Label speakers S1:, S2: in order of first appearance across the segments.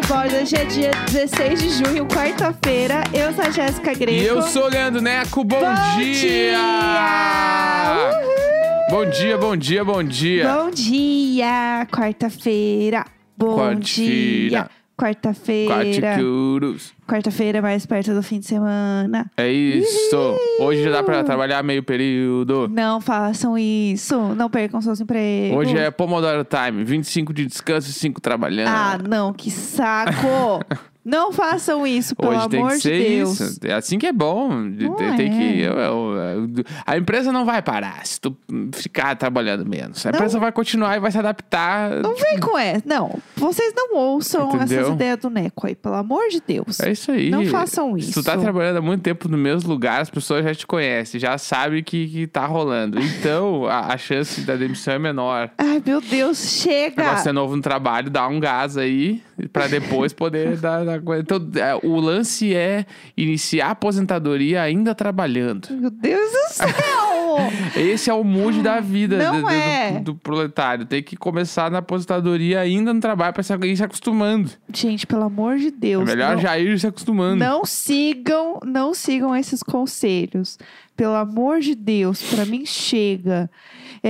S1: um é dia 16 de junho, quarta-feira. Eu sou a Jéssica Greco.
S2: E eu sou o Leandro Neco, bom,
S1: Bom
S2: dia!
S1: dia! Uhul!
S2: Bom dia, bom dia, bom dia!
S1: Bom dia, quarta-feira. Bom
S2: Quarta-feira.
S1: dia, quarta-feira.
S2: Quaticuros.
S1: Quarta-feira é mais perto do fim de semana.
S2: É isso!
S1: Uhul!
S2: Hoje já dá pra trabalhar meio período.
S1: Não façam isso, não percam seus empregos.
S2: Hoje é Pomodoro Time, 25 de descanso e 5 trabalhando.
S1: Ah, não, que saco! não façam isso, pelo
S2: Hoje tem
S1: amor
S2: que ser
S1: de Deus.
S2: isso. É assim que é bom. De-
S1: Não
S2: de- tem
S1: é.
S2: que. eu- eu- eu- a empresa não vai parar se tu ficar trabalhando menos. A
S1: Não.
S2: empresa vai continuar e vai se adaptar.
S1: Não vem com essa. Não, vocês não ouçam essas
S2: Entendeu?
S1: ideias do Neco aí, pelo amor de Deus.
S2: É isso aí.
S1: Não façam
S2: Se tu tá
S1: isso.
S2: trabalhando há muito tempo no mesmo lugar, as pessoas já te conhecem, já sabem que, que tá rolando. Então, a, a chance da demissão é menor.
S1: Ai, meu Deus,
S2: O
S1: chega!
S2: negócio é novo no trabalho, dá um gás aí pra depois poder dar, dar coisa. Então, é, o lance é iniciar a aposentadoria ainda trabalhando.
S1: Meu Deus do céu!
S2: Esse é o mood da vida
S1: Não
S2: do- do,
S1: é.
S2: do proletário. Tem que começar na aposentadoria ainda no trabalho pra se, ir se acostumando.
S1: Gente, pelo amor de Deus.
S2: é melhor
S1: não,
S2: já ir se acostumando.
S1: não sigam, não sigam esses conselhos. Pelo amor de Deus, pra mim chega.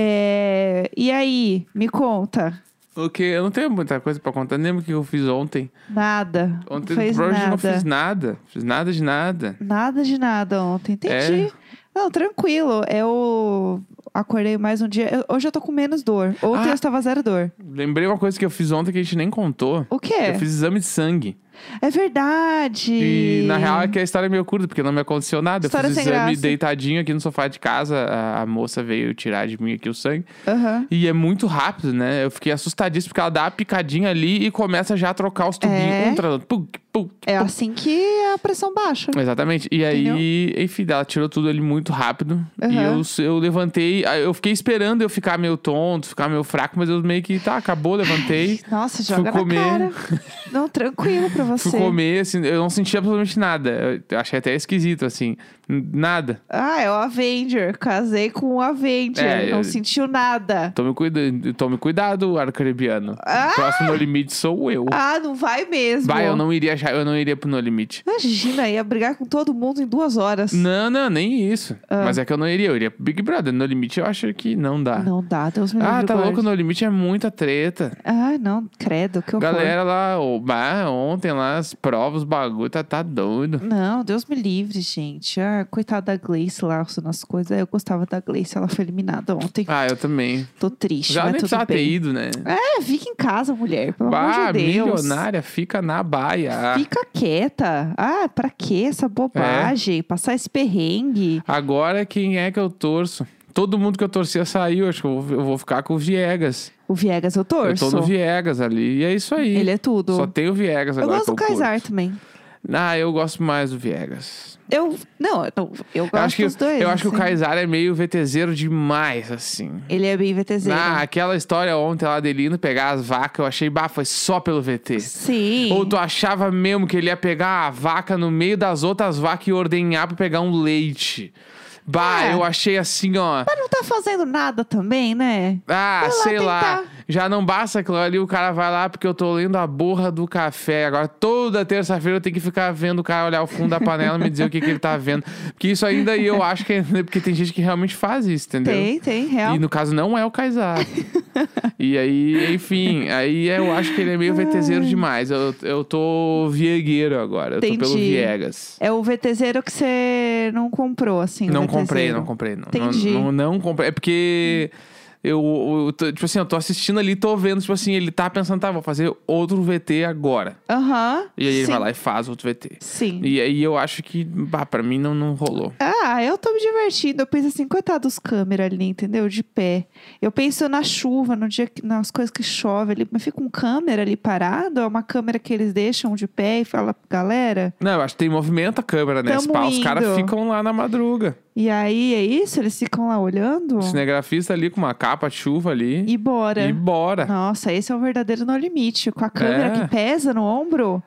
S1: É, E aí, me conta.
S2: Porque eu não tenho muita coisa pra contar, nem lembro o que eu fiz ontem.
S1: Nada.
S2: Ontem
S1: não fez
S2: provavelmente
S1: nada.
S2: não fiz nada. Fiz nada de nada.
S1: Nada de nada ontem, entendi.
S2: É.
S1: Não, tranquilo. Eu acordei mais um dia. Eu- hoje eu tô com menos dor. Ontem
S2: Ah.
S1: eu estava zero dor.
S2: Lembrei uma coisa que eu fiz ontem que a gente nem contou.
S1: O quê?
S2: Eu fiz exame de sangue.
S1: É verdade.
S2: E na real é que a história é meio curta, porque não me aconteceu nada.
S1: História
S2: eu fiz
S1: sem
S2: o exame
S1: graça.
S2: deitadinho aqui no sofá de casa. A, a moça veio tirar de mim aqui o sangue.
S1: Aham.
S2: E é muito rápido, né? Eu fiquei assustadíssimo, porque ela dá a picadinha ali e começa já a trocar os tubinhos.
S1: É.
S2: Um tra- puc, puc,
S1: É assim que a pressão baixa.
S2: Exatamente. E aí, enfim, ela tirou tudo ali muito rápido. E
S1: Aham.
S2: eu, eu levantei. aí Eu fiquei esperando eu ficar meio tonto, ficar meio fraco, mas eu meio que, tá, acabou, levantei.
S1: Nossa,
S2: Fui
S1: joga na
S2: comer.
S1: cara. Não, tranquilo pra você.
S2: Fui comer, assim, eu não senti absolutamente nada. Eu achei até esquisito, assim. n- Nada.
S1: Ah, é o Avenger. Casei com o Avenger.
S2: É,
S1: Não
S2: eu-
S1: sentiu nada.
S2: Tome, cuida... Tome cuidado, arco caribiano.
S1: Ah!
S2: Próximo no limite sou eu.
S1: Ah, não vai mesmo.
S2: Vai, eu não iria achar- eu não iria pro no limite.
S1: Imagina, ia brigar com todo mundo em duas horas.
S2: Não, não, nem isso.
S1: Ah.
S2: Mas é que eu não iria, eu iria pro Big Brother. No limite eu acho que não dá.
S1: Não dá, Deus me
S2: Ah,
S1: livre,
S2: tá
S1: guarde.
S2: louco, no limite é muita treta.
S1: Ah, não, credo, que horror.
S2: Galera lá, o- bah, ontem lá, as provas, o bagulho, tá, tá doido.
S1: Não, Deus me livre, gente. Ah, coitada da Gleice lá, usando as coisas. Eu gostava da Gleice, ela foi eliminada ontem.
S2: Ah, eu também.
S1: Tô triste,
S2: Já nem
S1: mas tudo
S2: precisava ter
S1: bem.
S2: ido, né?
S1: É, fica em casa, mulher, pelo amor
S2: Bah,
S1: de Deus.
S2: Ah, milionária, fica na baia.
S1: Fica quieta. Ah, pra que essa
S2: É.
S1: bobagem? Passar esse perrengue?
S2: Agora quem é que eu torço? Todo mundo que eu torcia saiu, acho que eu vou, eu vou ficar com o Viegas.
S1: O Viegas eu torço.
S2: Eu tô no Viegas ali, e é isso aí.
S1: Ele é tudo.
S2: Só tem o Viegas
S1: eu
S2: agora.
S1: gosto do
S2: que eu curto.
S1: Kaysar também.
S2: Ah, eu gosto mais do Viegas.
S1: Eu, não, eu, não- eu gosto
S2: eu acho que,
S1: dos dois.
S2: eu acho que o
S1: assim.
S2: Kaysar é meio VTZero demais, assim.
S1: Ele é bem VTZ.
S2: Ah, aquela história ontem lá dele indo pegar as vacas, eu achei, bah, foi só pelo VT.
S1: Sim.
S2: Ou tu achava mesmo que ele ia pegar a vaca no meio das outras vacas e ordenhar pra pegar um leite. Bah,
S1: É.
S2: eu achei assim, ó.
S1: Mas não tá fazendo nada também, né?
S2: Ah,
S1: Vai lá
S2: sei lá.
S1: tentar.
S2: Já não basta aquilo ali, o cara vai lá porque eu tô lendo a borra do café. Agora toda terça-feira eu tenho que ficar vendo o cara olhar o fundo da panela e me dizer o que, que ele tá vendo. Porque isso ainda aí eu acho que é. Porque tem gente que realmente faz isso, entendeu?
S1: Tem, tem, real.
S2: E no caso não é o Kaysar. e aí, enfim, aí eu acho que ele é meio VTZero demais. Eu, eu tô viegueiro agora. Eu tô pelo
S1: Entendi.
S2: Viegas.
S1: É o VTZero que você não comprou, assim. o
S2: Não
S1: VTZero.
S2: comprei, não comprei, não. Não-
S1: Entendi.
S2: Não, não comprei. É porque eu, eu tô- tipo assim, eu tô assistindo ali, tô vendo, tipo assim, ele tá pensando, tá, vou fazer outro VT agora.
S1: Aham.
S2: E aí ele
S1: sim,
S2: vai lá e faz outro VT.
S1: Sim.
S2: E aí eu acho que, bah, pra mim não, não rolou.
S1: Ah, eu tô me divertindo. Eu penso assim, coitado dos câmeras ali, entendeu? De pé. Eu penso na chuva, no dia que- nas coisas que chove ali. Mas fica um câmera ali parado, é uma câmera que eles deixam de pé e fala, galera.
S2: Não, eu acho que tem movimento a câmera, né?
S1: Tamo
S2: Os pau- Os caras
S1: indo.
S2: ficam lá na madruga.
S1: E aí é isso? Eles ficam lá olhando?
S2: O cinegrafista ali com uma capa de chuva ali.
S1: E bora.
S2: né? E bora.
S1: Nossa, esse é o verdadeiro no limite. Com a câmera
S2: É.
S1: que pesa no ombro.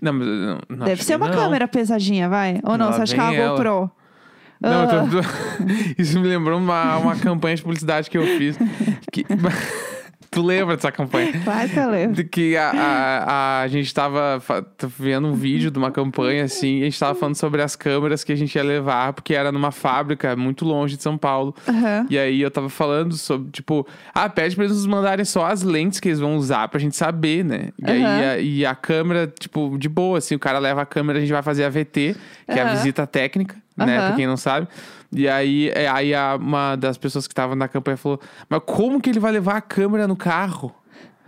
S2: Não, mas não, não, acho
S1: Deve ser
S2: que
S1: uma
S2: não.
S1: câmera pesadinha, vai. Ou não,
S2: Lá
S1: você acha que é uma
S2: vem ela.
S1: GoPro?
S2: Não, eu
S1: Ah,
S2: tô- tô- Isso me lembrou uma, uma campanha de publicidade que eu fiz. Que... tu lembra dessa campanha?
S1: Claro que eu lembro.
S2: De que a, a, a gente tava fa- t- vendo um vídeo de uma campanha, assim, e a gente tava falando sobre as câmeras que a gente ia levar, porque era numa fábrica muito longe de São Paulo.
S1: Aham.
S2: E aí eu tava falando sobre, tipo, ah, pede pra eles nos mandarem só as lentes que eles vão usar pra gente saber, né? E aí
S1: Aham.
S2: a, e a câmera, tipo, de boa, assim, o cara leva a câmera, a gente vai fazer a VT, que é a
S1: Aham.
S2: visita técnica, né?
S1: Aham.
S2: Pra quem não sabe. E aí, é, aí a- uma das pessoas que tava na campanha falou: Mas como que ele vai levar a câmera no carro?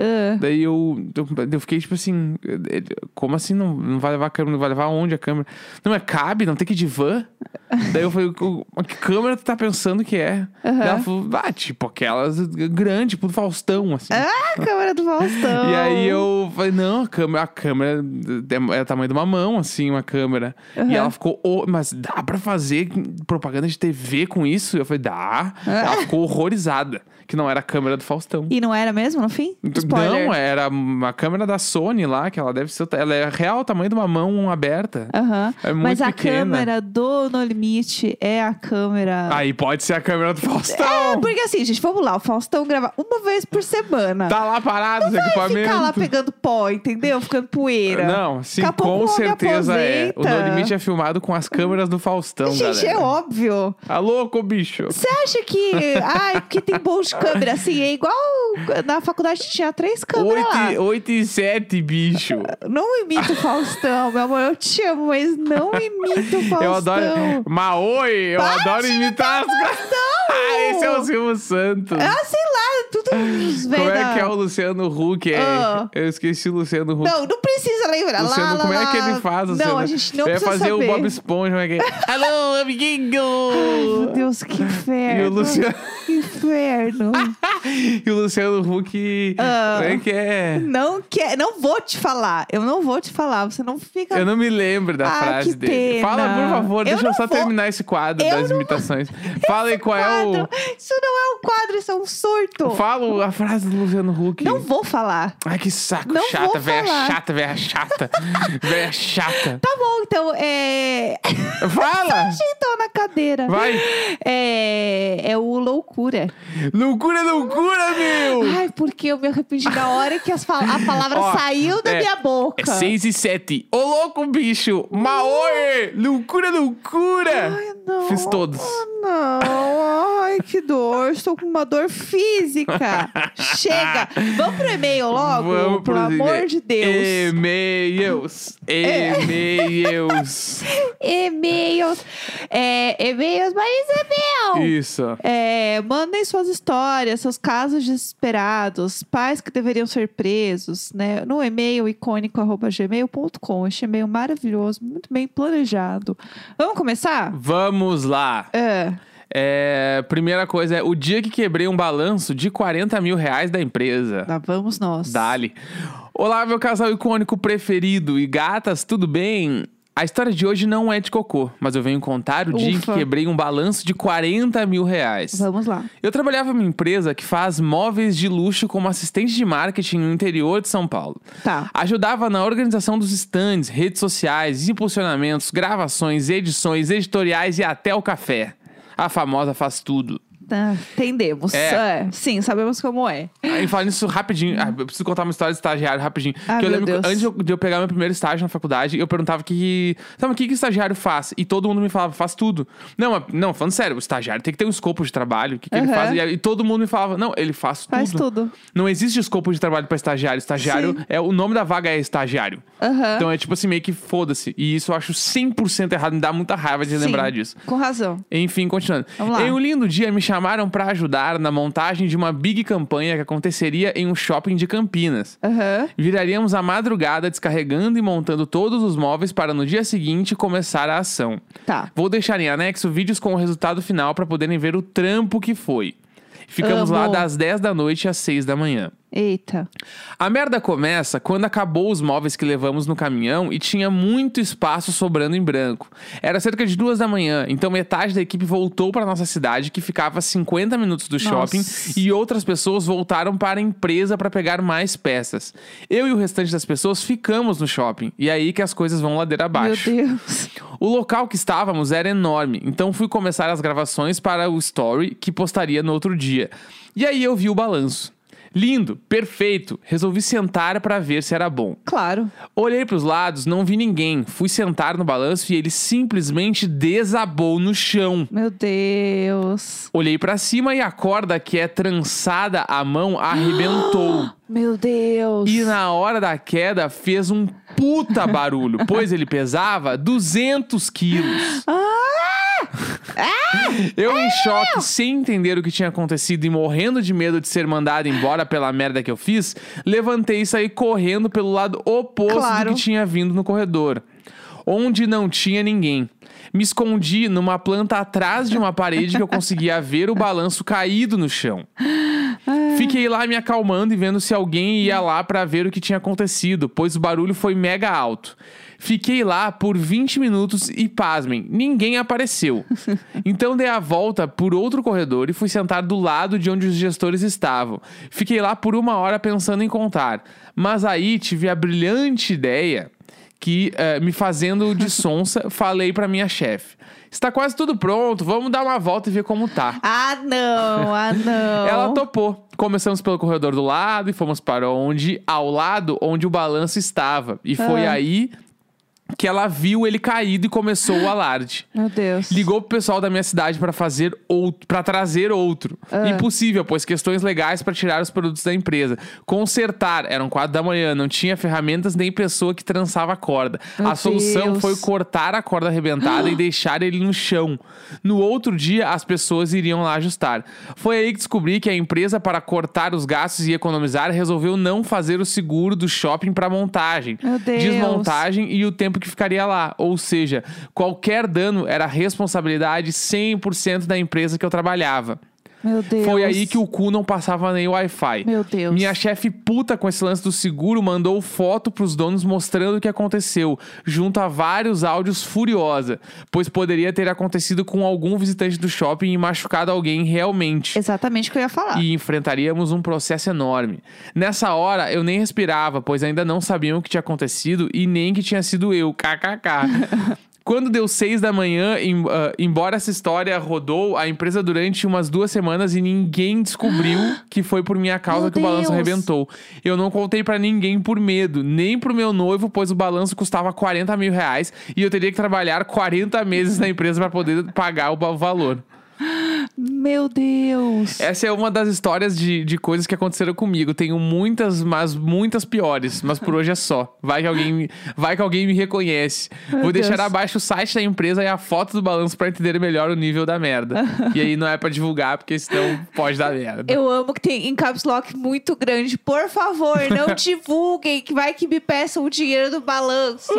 S1: Ah,
S2: Daí eu, eu- eu fiquei tipo assim: "Ele- Como assim? Não, não vai levar a câmera? Não vai levar onde a câmera? Não, é cabe, não tem que ir de van? Daí eu falei: "Co- mas Que câmera tu tá pensando que é?
S1: Aham.
S2: Daí Ela falou: Ah, tipo aquelas grande, tipo do Faustão, assim.
S1: a câmera ah, do Faustão.
S2: E aí
S1: oh.
S2: eu falei, não, a câmera, a câmera é- é o tamanho de uma mão, assim, uma câmera.
S1: Aham.
S2: E ela ficou, "Ô, mas dá pra fazer propaganda de TV com isso? Eu falei, dá. Ela ficou horrorizada, que não era a câmera do Faustão.
S1: E não era mesmo no fim? Spoiler.
S2: Não, é. era uma câmera da Sony lá, que ela deve ser. Ela é real, o tamanho de uma mão aberta.
S1: Aham.
S2: É muito
S1: Mas a
S2: pequena.
S1: câmera do No Limite é a câmera.
S2: Aí pode ser a câmera do Faustão.
S1: É, porque assim, gente, vamos lá. O Faustão grava uma vez por semana.
S2: Tá lá parado os
S1: Vai
S2: equipamentos.
S1: ficar lá pegando pó, entendeu? Ficando poeira.
S2: Não, sim,
S1: Daqui a pouco o
S2: com
S1: homem
S2: certeza é. O No
S1: aposenta.
S2: Limite é filmado com as câmeras do Faustão,
S1: Gente, é
S2: galera.
S1: óbvio.
S2: Tá louco, bicho?
S1: Você acha que. Ai, porque tem bom de câmera, assim, é igual na faculdade tinha três câmeras lá.
S2: 8, e 7, bicho.
S1: Não imita o Faustão, meu amor. Eu te amo, mas não imita o Faustão.
S2: Eu adoro. Maoi, eu
S1: Para
S2: adoro imitar as caras. Ah, esse é o Silvio Santos.
S1: Ah, sei lá, tudo uns velho
S2: Como é
S1: da-
S2: que é o Luciano Huck? É,
S1: Ah.
S2: Eu esqueci o Luciano Huck.
S1: Não, não precisa lembrar. Lá,
S2: Luciano,
S1: lá,
S2: como é que
S1: lá.
S2: ele faz? Luciano?
S1: Não, a gente não
S2: Eu ia
S1: precisa
S2: fazer
S1: saber.
S2: o Bob Esponja. Como é que é? Alô,
S1: Meu
S2: amiguinho!
S1: Deus, que inferno.
S2: E o Luciano-
S1: Que inferno.
S2: e o Luciano Huck.
S1: Ah.
S2: Como é que é?
S1: não, quer, não vou te falar. Eu não vou te falar. Você não fica.
S2: Eu não me lembro da
S1: Ah,
S2: frase
S1: que
S2: dele.
S1: pena.
S2: Fala, por favor,
S1: Eu
S2: deixa eu
S1: não
S2: só
S1: vou-
S2: terminar esse quadro
S1: Eu
S2: das
S1: não-
S2: imitações. Fala aí qual é o.
S1: Quadro. Isso não é um quadro, isso é um surto.
S2: Fala a frase do Luciano Huck.
S1: Não vou falar.
S2: Ai, que saco,
S1: Não
S2: chata,
S1: vou
S2: velha
S1: falar.
S2: chata, velha chata. velha chata.
S1: Tá bom, então, é.
S2: Fala!
S1: Agitou então, na cadeira.
S2: Vai.
S1: É, é o loucura.
S2: loucura, loucura, meu!
S1: Ai, porque eu me arrependi na hora que as fal- a palavra
S2: Ó,
S1: saiu da
S2: é-
S1: minha boca.
S2: É 6 e 7. Ô, louco, bicho! Maoê! Loucura, loucura!
S1: Ai, não.
S2: Fiz todos.
S1: Ah, não. Ai, que dor. Estou com uma dor física. Chega. Vamos pro e-mail logo?
S2: Vamos
S1: pelo
S2: pros
S1: amor
S2: e-mail.
S1: de Deus. É.
S2: E-mails. E-mails.
S1: E-mails. É, e-mails, Maria Isabel.
S2: Isso.
S1: É, mandem suas histórias, seus casos desesperados, pais que deveriam ser presos, né? No e-mail icônico.gmail.com. Este e-mail maravilhoso, muito bem planejado. Vamos começar?
S2: Vamos lá.
S1: É.
S2: É, primeira coisa é o dia que quebrei um balanço de 40 mil reais da empresa.
S1: Lá vamos nós.
S2: Dali. Olá, meu casal icônico preferido e gatas, tudo bem? A história de hoje não é de cocô, mas eu venho contar o dia em que
S1: Ufa.
S2: quebrei um balanço de 40 mil reais.
S1: Vamos lá.
S2: Eu trabalhava em uma empresa que faz móveis de luxo como assistente de marketing no interior de São Paulo.
S1: Tá.
S2: Ajudava na organização dos stands, redes sociais, impulsionamentos, gravações, edições, editoriais e até o café. A famosa faz tudo.
S1: Tá, Entendemos.
S2: É.
S1: É, Sim, sabemos como é.
S2: Aí falando isso rapidinho, ah, eu preciso contar uma história de estagiário rapidinho.
S1: Ah,
S2: que eu
S1: meu
S2: lembro que
S1: Deus.
S2: antes de eu- de eu pegar meu primeiro estágio na faculdade, eu perguntava que. Sabe, o que, que estagiário faz? E todo mundo me falava, faz tudo. Não, mas- não, falando sério, o estagiário tem que ter um escopo de trabalho, o que, que ele
S1: Aham.
S2: faz? E, aí todo mundo me falava, não, ele faz tudo.
S1: Faz tudo.
S2: Não existe escopo de trabalho pra estagiário. Estagiário
S1: Sim.
S2: é o nome da vaga é estagiário.
S1: Aham.
S2: Então é tipo assim, meio que foda-se. E isso eu acho 100% errado, me dá muita raiva de
S1: Sim,
S2: lembrar disso.
S1: Com razão.
S2: Enfim, continuando.
S1: Vamos lá.
S2: Em um lindo dia, me chamaram pra ajudar na montagem de uma big campanha que aconteceria em um shopping de Campinas.
S1: Aham.
S2: Viraríamos a madrugada descarregando e montando todos os móveis para no dia seguinte começar a ação.
S1: Tá.
S2: Vou deixar em anexo vídeos com o resultado final pra poderem ver o trampo que foi. Ficamos lá
S1: Amo.
S2: das 10 da noite às 6 da manhã.
S1: Eita.
S2: A merda começa quando acabou os móveis que levamos no caminhão e tinha muito espaço sobrando em branco. Era cerca de duas da manhã, então metade da equipe voltou para nossa cidade, que ficava a 50 minutos do
S1: Nossa.
S2: shopping, e outras pessoas voltaram para a empresa para pegar mais peças. Eu e o restante das pessoas ficamos no shopping, e é aí que as coisas vão ladeira abaixo.
S1: Meu Deus.
S2: O local que estávamos era enorme, então fui começar as gravações para o story que postaria no outro dia. E aí eu vi o balanço. Lindo, perfeito. Resolvi sentar pra ver se era bom.
S1: Claro.
S2: Olhei pros lados, não vi ninguém. Fui sentar no balanço e ele simplesmente desabou no chão.
S1: Meu Deus.
S2: Olhei pra cima e a corda que é trançada à mão arrebentou.
S1: Meu Deus.
S2: E na hora da queda fez um puta barulho, pois ele pesava 200 quilos.
S1: Ah!
S2: Eu em choque, sem entender o que tinha acontecido e morrendo de medo de ser mandado embora pela merda que eu fiz, levantei e saí correndo pelo lado oposto
S1: Claro.
S2: do que tinha vindo no corredor. Onde não tinha ninguém. Me escondi numa planta atrás de uma parede que eu conseguia ver o balanço caído no chão. Fiquei lá me acalmando e vendo se alguém ia lá pra ver o que tinha acontecido, pois o barulho foi mega alto. Fiquei lá por 20 minutos e, pasmem, ninguém apareceu. Então dei a volta por outro corredor e fui sentar do lado de onde os gestores estavam. Fiquei lá por uma hora pensando em contar, mas aí tive a brilhante ideia que, eh, me fazendo de sonsa, falei pra minha chefe: Está quase tudo pronto, vamos dar uma volta e ver como tá.
S1: Ah, não. Ah, não.
S2: Ela topou. Começamos pelo corredor do lado e fomos para onde? Ao lado onde o balanço estava. E foi
S1: Ah.
S2: aí que ela viu ele caído e começou o alarde.
S1: Meu Deus.
S2: Ligou pro pessoal da minha cidade para fazer outro, para trazer outro.
S1: Ah.
S2: Impossível, pois questões legais para tirar os produtos da empresa. Consertar, eram quatro da manhã, não tinha ferramentas nem pessoa que trançava a corda.
S1: Meu
S2: a solução
S1: Deus.
S2: foi cortar a corda arrebentada e deixar ele no chão. No outro dia, as pessoas iriam lá ajustar. Foi aí que descobri que a empresa, para cortar os gastos e economizar, resolveu não fazer o seguro do shopping para montagem
S1: Meu Deus.
S2: desmontagem e o tempo que ficaria lá. Ou seja, qualquer dano era responsabilidade 100% da empresa que eu trabalhava.
S1: Meu Deus.
S2: Foi aí que o cu não passava nem o Wi-Fi.
S1: Meu Deus.
S2: Minha chefe puta com esse lance do seguro mandou foto pros donos mostrando o que aconteceu, junto a vários áudios furiosa, pois poderia ter acontecido com algum visitante do shopping e machucado alguém realmente
S1: Exatamente o que eu ia falar.
S2: e enfrentaríamos um processo enorme. Nessa hora, eu nem respirava, pois ainda não sabiam o que tinha acontecido e nem que tinha sido eu. KKK. Quando deu seis da manhã, em- ah, embora essa história rodou a empresa durante umas duas semanas e ninguém descobriu que foi por minha causa
S1: Meu
S2: que o balanço
S1: Deus.
S2: arrebentou. Eu não contei pra ninguém por medo, nem pro meu noivo, pois o balanço custava 40 mil reais e eu teria que trabalhar 40 meses na empresa pra poder pagar o ba- valor.
S1: Meu Deus.
S2: Essa é uma das histórias de, de coisas que aconteceram comigo. Tenho muitas, mas muitas piores. Mas por hoje é só. Vai que alguém me, vai que alguém me reconhece. Vou deixar
S1: Deus.
S2: abaixo o site da empresa e a foto do balanço pra entender melhor o nível da merda. e aí não é pra divulgar, porque senão pode dar merda.
S1: Eu amo que tem em caps lock muito grande. Por favor, não divulguem, que vai que me peçam o dinheiro do balanço.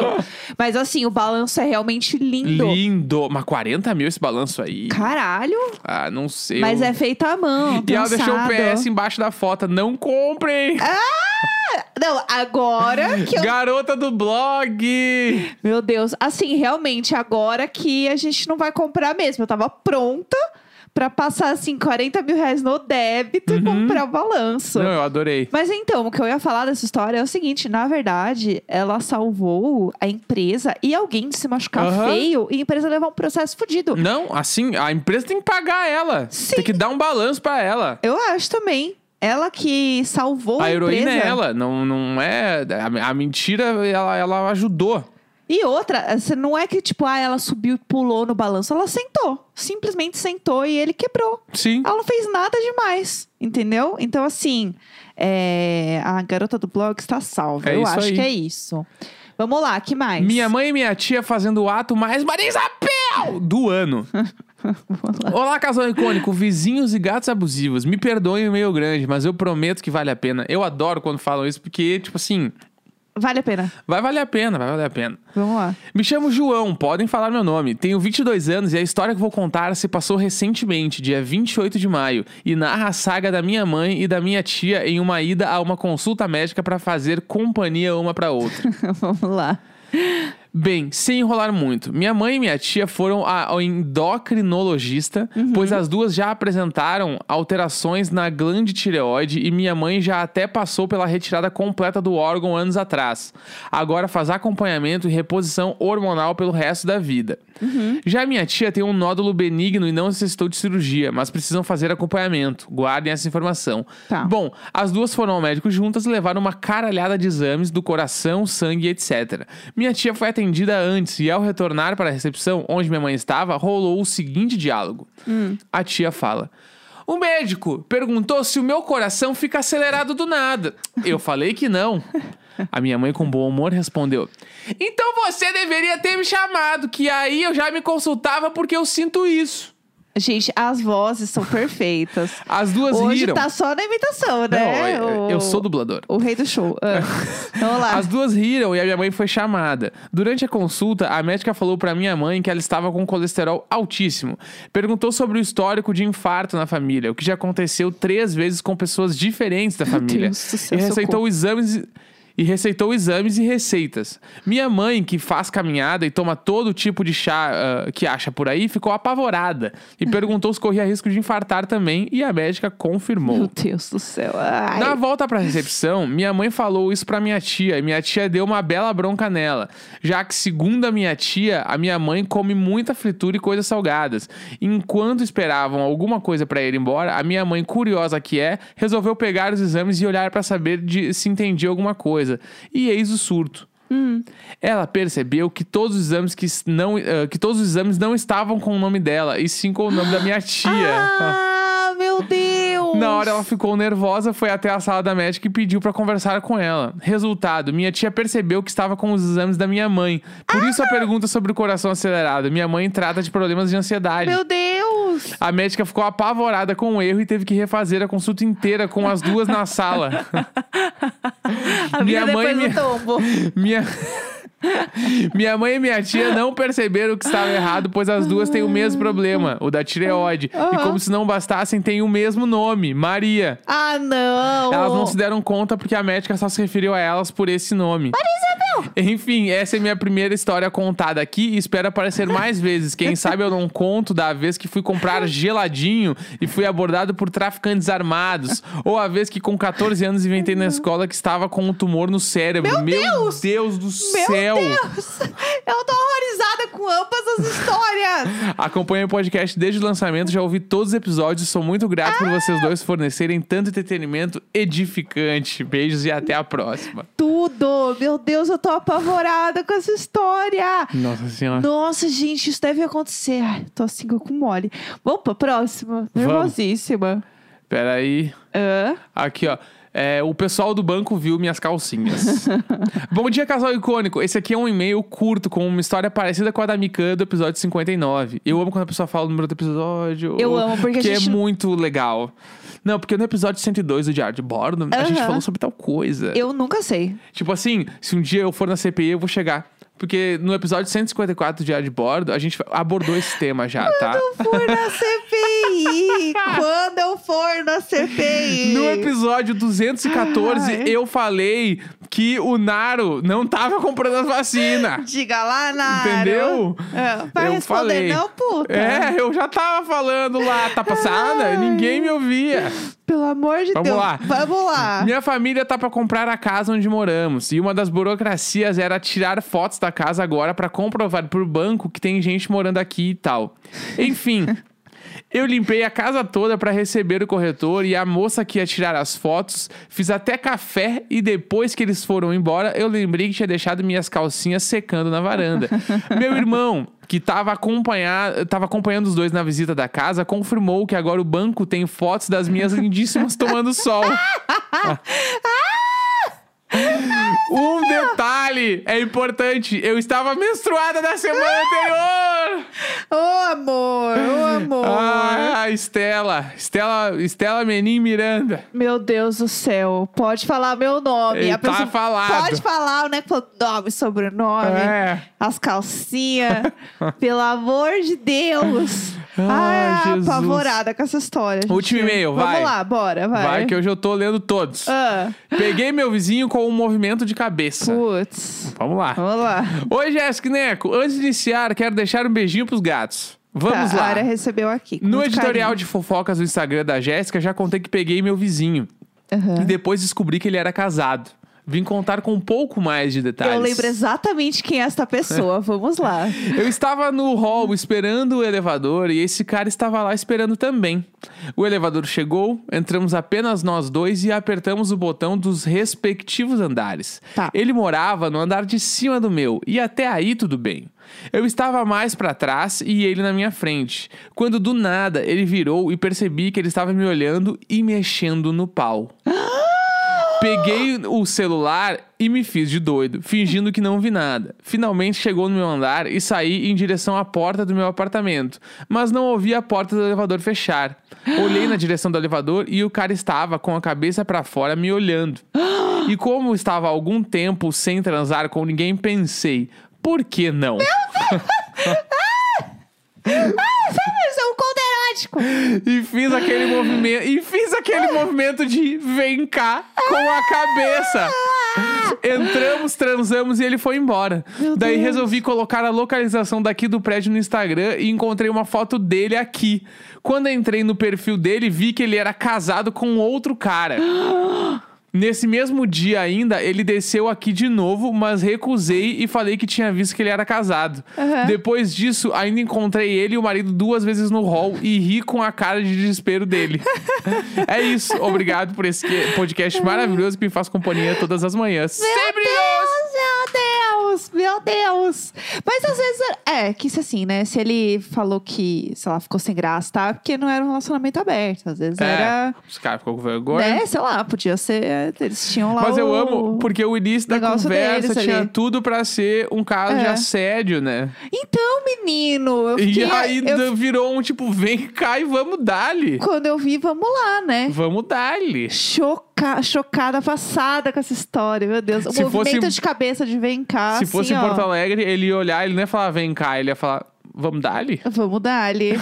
S1: Mas assim, o balanço é realmente lindo.
S2: Lindo! Mas 40 mil esse balanço aí.
S1: Caralho,
S2: Ah, não sei.
S1: mas
S2: Eu-
S1: é feito à mão.
S2: E ela deixou o
S1: trançado.
S2: PS embaixo da foto. Não comprem!
S1: Não, agora É que eu.
S2: Garota do blog!
S1: Meu Deus, assim, realmente, agora que a gente não vai comprar mesmo. Eu tava pronta pra passar, assim, 40 mil reais no débito e comprar o balanço.
S2: Uhum. Não, eu adorei.
S1: Mas então, o que eu ia falar dessa história é o seguinte: na verdade, ela salvou a empresa e alguém de se machucar
S2: Aham.
S1: feio e a empresa levar um processo fodido.
S2: Não, assim, a empresa tem que pagar ela.
S1: Sim.
S2: Tem que dar um balanço pra ela.
S1: Eu acho também. Ela que salvou a,
S2: a heroína
S1: empresa.
S2: é ela, não, não é. A, a mentira, ela, ela ajudou.
S1: E outra, você não é que, tipo, ah, ela subiu e pulou no balanço. Ela sentou. Simplesmente sentou e ele quebrou.
S2: Sim.
S1: Ela não fez nada demais, entendeu? Então, assim, é, a garota do blog está salva.
S2: É
S1: eu
S2: isso
S1: acho
S2: aí.
S1: que é isso. Vamos lá, que mais?
S2: Minha mãe e minha tia fazendo o ato mais Marisabel do ano. Olá, casal icônico, vizinhos e gatos abusivos. Me perdoem o meio grande, mas eu prometo que vale a pena. Eu adoro quando falam isso, porque, tipo assim,
S1: Vale a pena.
S2: vai valer a pena, vai valer a pena.
S1: Vamos lá.
S2: Me chamo João, podem falar meu nome. Tenho 22 anos e a história que vou contar se passou recentemente, dia 28 de maio, e narra a saga da minha mãe e da minha tia em uma ida a uma consulta médica para fazer companhia uma para outra.
S1: Vamos lá.
S2: Bem, sem enrolar muito, minha mãe e minha tia foram a- ao endocrinologista, pois as duas já apresentaram alterações na glande tireoide e minha mãe já até passou pela retirada completa do órgão anos atrás. Agora faz acompanhamento e reposição hormonal pelo resto da vida. Já minha tia tem um nódulo benigno e não necessitou de cirurgia, mas precisam fazer acompanhamento. Guardem essa informação.
S1: Tá.
S2: Bom, as duas foram ao médico juntas e levaram uma caralhada de exames do coração, sangue, etc. Minha tia foi atendida antes e ao retornar para a recepção, onde minha mãe estava, rolou o seguinte diálogo.
S1: Hum.
S2: A tia fala... O médico perguntou se o meu coração fica acelerado do nada. Eu falei que não. A minha mãe, com bom humor, respondeu: Então você deveria ter me chamado, que aí eu já me consultava porque eu sinto isso.
S1: Gente, as vozes são perfeitas.
S2: As duas
S1: Hoje
S2: riram.
S1: tá só na imitação,
S2: Não,
S1: né?
S2: eu,
S1: O-
S2: eu sou dublador.
S1: O rei do show. Ah. Vamos lá.
S2: As duas riram e a minha mãe foi chamada. Durante a consulta, a médica falou pra minha mãe que ela estava com colesterol altíssimo. Perguntou sobre o histórico de infarto na família, o que já aconteceu três vezes com pessoas diferentes da família.
S1: Deus do céu,
S2: E receitou
S1: socorro.
S2: exames e receitou exames e receitas. Minha mãe, que faz caminhada e toma todo tipo de chá ah, que acha por aí, ficou apavorada e perguntou se corria risco de infartar também e a médica confirmou.
S1: Meu Deus do céu. Ai.
S2: Na volta pra recepção, minha mãe falou isso pra minha tia e minha tia deu uma bela bronca nela, já que, segundo a minha tia, a minha mãe come muita fritura e coisas salgadas. Enquanto esperavam alguma coisa pra ir embora, a minha mãe, curiosa que é, resolveu pegar os exames e olhar pra saber de- se entendia alguma coisa. E eis o surto. Ela percebeu que todos os exames que s- não eh, que todos os exames não estavam com o nome dela e sim com o nome da minha tia.
S1: Ah, meu Deus.
S2: Na hora ela ficou nervosa, foi até a sala da médica e pediu pra conversar com ela. Resultado, minha tia percebeu que estava com os exames da minha mãe. Por isso a
S1: Ah!
S2: pergunta sobre o coração acelerado. Minha mãe trata de problemas de ansiedade.
S1: Meu Deus.
S2: A médica ficou apavorada com o erro e teve que refazer a consulta inteira com as duas na sala.
S1: A
S2: Minha
S1: vida
S2: mãe
S1: depois
S2: me-
S1: do tombo.
S2: Minha... minha mãe e minha tia não perceberam que estava errado, pois as duas têm o mesmo problema, o da tireoide. E
S1: Aham.
S2: como se não bastassem, tem o mesmo nome, Maria.
S1: Ah, não.
S2: Elas não se deram conta porque a médica só se referiu a elas por esse nome. Enfim, essa é minha primeira história contada aqui e espero aparecer mais vezes. Quem sabe eu não conto da vez que fui comprar geladinho e fui abordado por traficantes armados. Ou a vez que com 14 anos inventei na escola que estava com um tumor no cérebro. Meu, Deus! do
S1: Meu
S2: céu!
S1: Deus. Eu tô horrorizada com ambas as histórias.
S2: Acompanho o podcast desde o lançamento, já ouvi todos os episódios. Sou muito grato por vocês dois fornecerem tanto entretenimento edificante. Beijos e até a próxima.
S1: Tudo. Meu Deus, eu tô apavorada com essa história.
S2: Nossa senhora.
S1: Nossa, gente, isso deve acontecer. Ai, tô assim com mole. Vamos pra próxima. Nervosíssima.
S2: Pera aí.
S1: Hã?
S2: Aqui, ó. É, o pessoal do banco viu minhas calcinhas. Bom dia, casal icônico. Esse aqui é um e-mail curto com uma história parecida com a da Mikan do episódio 59. Eu amo quando a pessoa fala o número do episódio.
S1: Eu amo, porque a gente
S2: é
S1: não-
S2: muito legal. Não, porque no episódio 102 do Diário de Bordo, a gente
S1: Aham.
S2: falou sobre tal coisa.
S1: Eu nunca sei.
S2: Tipo assim, se um dia eu for na CPI, eu vou chegar. Porque no episódio 154 do Diário de Bordo, a gente abordou esse tema já, tá?
S1: for na CPI. Quando eu for na CPI.
S2: No episódio 214,
S1: Ai.
S2: eu falei que o Naro não tava comprando as vacinas.
S1: Diga lá, Naro.
S2: Entendeu?
S1: É, vai
S2: eu
S1: responder
S2: falei.
S1: não, puta.
S2: É, eu já tava falando lá, tá passada?
S1: Ai.
S2: Ninguém me ouvia.
S1: Pelo amor de
S2: Vamos
S1: Deus.
S2: lá.
S1: Vamos lá.
S2: Minha família tá pra comprar a casa onde moramos. E uma das burocracias era tirar fotos da casa agora pra comprovar pro banco que tem gente morando aqui e tal. Enfim. Eu limpei a casa toda pra receber o corretor e a moça que ia tirar as fotos. Fiz até café e depois que eles foram embora, eu lembrei que tinha deixado minhas calcinhas secando na varanda. Meu irmão, que estava acompanhando os dois na visita da casa, confirmou que agora o banco tem fotos das minhas lindíssimas tomando sol. Um detalhe é importante. Eu estava menstruada na semana anterior.
S1: Ô, amor, ô, amor.
S2: Ah, Estela. Estela, Estela Menin Miranda.
S1: Meu Deus do céu. Pode falar meu nome.
S2: Ele
S1: A
S2: tá
S1: pessoa
S2: falado.
S1: Pode falar, né? Falou Nome, sobrenome,
S2: É.
S1: as calcinhas. Pelo amor de Deus.
S2: Ai,
S1: ah,
S2: Jesus.
S1: apavorada com essa história. gente.
S2: Último e-mail, vai.
S1: Vamos lá, bora, vai.
S2: Vai, que hoje eu tô lendo todos.
S1: Ah,
S2: Peguei meu vizinho com um movimento de cabeça.
S1: putz.
S2: Vamos lá.
S1: Vamos lá.
S2: Oi, Jéssica e Neco. Antes de iniciar, quero deixar um beijinho pros gatos. Vamos
S1: Tá,
S2: lá.
S1: A área recebeu aqui. com
S2: No
S1: muito
S2: editorial
S1: carinho.
S2: de fofocas do Instagram da Jéssica, já contei que peguei meu vizinho.
S1: Aham.
S2: E depois descobri que ele era casado. Vim contar com um pouco mais de detalhes.
S1: Eu lembro exatamente quem é esta pessoa. Vamos lá.
S2: Eu estava no hall esperando o elevador e esse cara estava lá esperando também. O elevador chegou, entramos apenas nós dois e apertamos o botão dos respectivos andares.
S1: Tá.
S2: Ele morava no andar de cima do meu e até aí tudo bem. Eu estava mais para trás e ele na minha frente. Quando do nada ele virou e percebi que ele estava me olhando e mexendo no pau. Peguei o celular e me fiz de doido, fingindo que não vi nada. Finalmente chegou no meu andar e saí em direção à porta do meu apartamento, mas não ouvi a porta do elevador fechar. Olhei na direção do elevador e o cara estava com a cabeça para fora me olhando. E como estava há algum tempo sem transar com ninguém, pensei: por que não?
S1: Ah, Mas é um conderático.
S2: E fiz aquele movimento. E fiz aquele movimento de vem cá com a cabeça. Entramos, transamos e ele foi embora.
S1: Meu
S2: Daí
S1: Deus.
S2: resolvi colocar a localização daqui do prédio no Instagram e encontrei uma foto dele aqui. Quando entrei no perfil dele, vi que ele era casado com outro cara. Nesse mesmo dia ainda, ele desceu aqui de novo, mas recusei e falei que tinha visto que ele era casado.
S1: Aham.
S2: Depois disso, ainda encontrei ele e o marido duas vezes no hall e ri com a cara de desespero dele. é isso. Obrigado por esse que- podcast maravilhoso que me faz companhia todas as manhãs. Sempre nós!
S1: Deus, meu Deus, meu Deus. Mas às vezes, é, que isso assim, né? Se ele falou que, sei lá, ficou sem graça, tá? Porque não era um relacionamento aberto. Às vezes era.
S2: É, os caras ficam com vergonha.
S1: Né? Sei lá, podia ser. é, Eles tinham lá
S2: Mas
S1: o...
S2: eu amo, porque o início da
S1: negócio
S2: conversa
S1: deles
S2: tinha
S1: ali.
S2: tudo pra ser um caso de
S1: É.
S2: assédio, né?
S1: Então, menino, eu
S2: E
S1: fiquei...
S2: aí
S1: eu-
S2: virou um tipo, vem cá e vamos dali.
S1: Quando eu vi, vamos lá, né?
S2: Vamos dali.
S1: Choca... Chocada, passada com essa história, meu Deus. O
S2: Se fosse- um
S1: movimento de cabeça de vem cá,
S2: Se
S1: assim,
S2: fosse em
S1: ó.
S2: Porto Alegre, ele ia olhar, ele não ia falar, vem cá, ele ia falar, vamos dali.
S1: Vamos dali.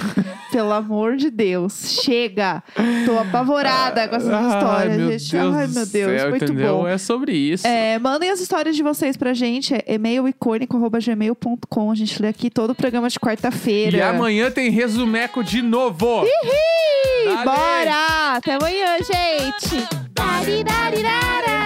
S1: Pelo amor de Deus. Chega. Tô apavorada com essas histórias,
S2: Ai, meu
S1: gente.
S2: Deus
S1: Ai,
S2: do
S1: meu Deus.
S2: céu,
S1: muito
S2: entendeu?
S1: bom.
S2: É sobre isso.
S1: É, mandem as histórias de vocês pra gente. É e-mailicônico.gmail.com. A gente lê aqui todo o programa de quarta-feira.
S2: E amanhã tem resumeco de novo.
S1: Ih,
S2: Dale.
S1: bora! Até amanhã, gente! Dari, dari, dara.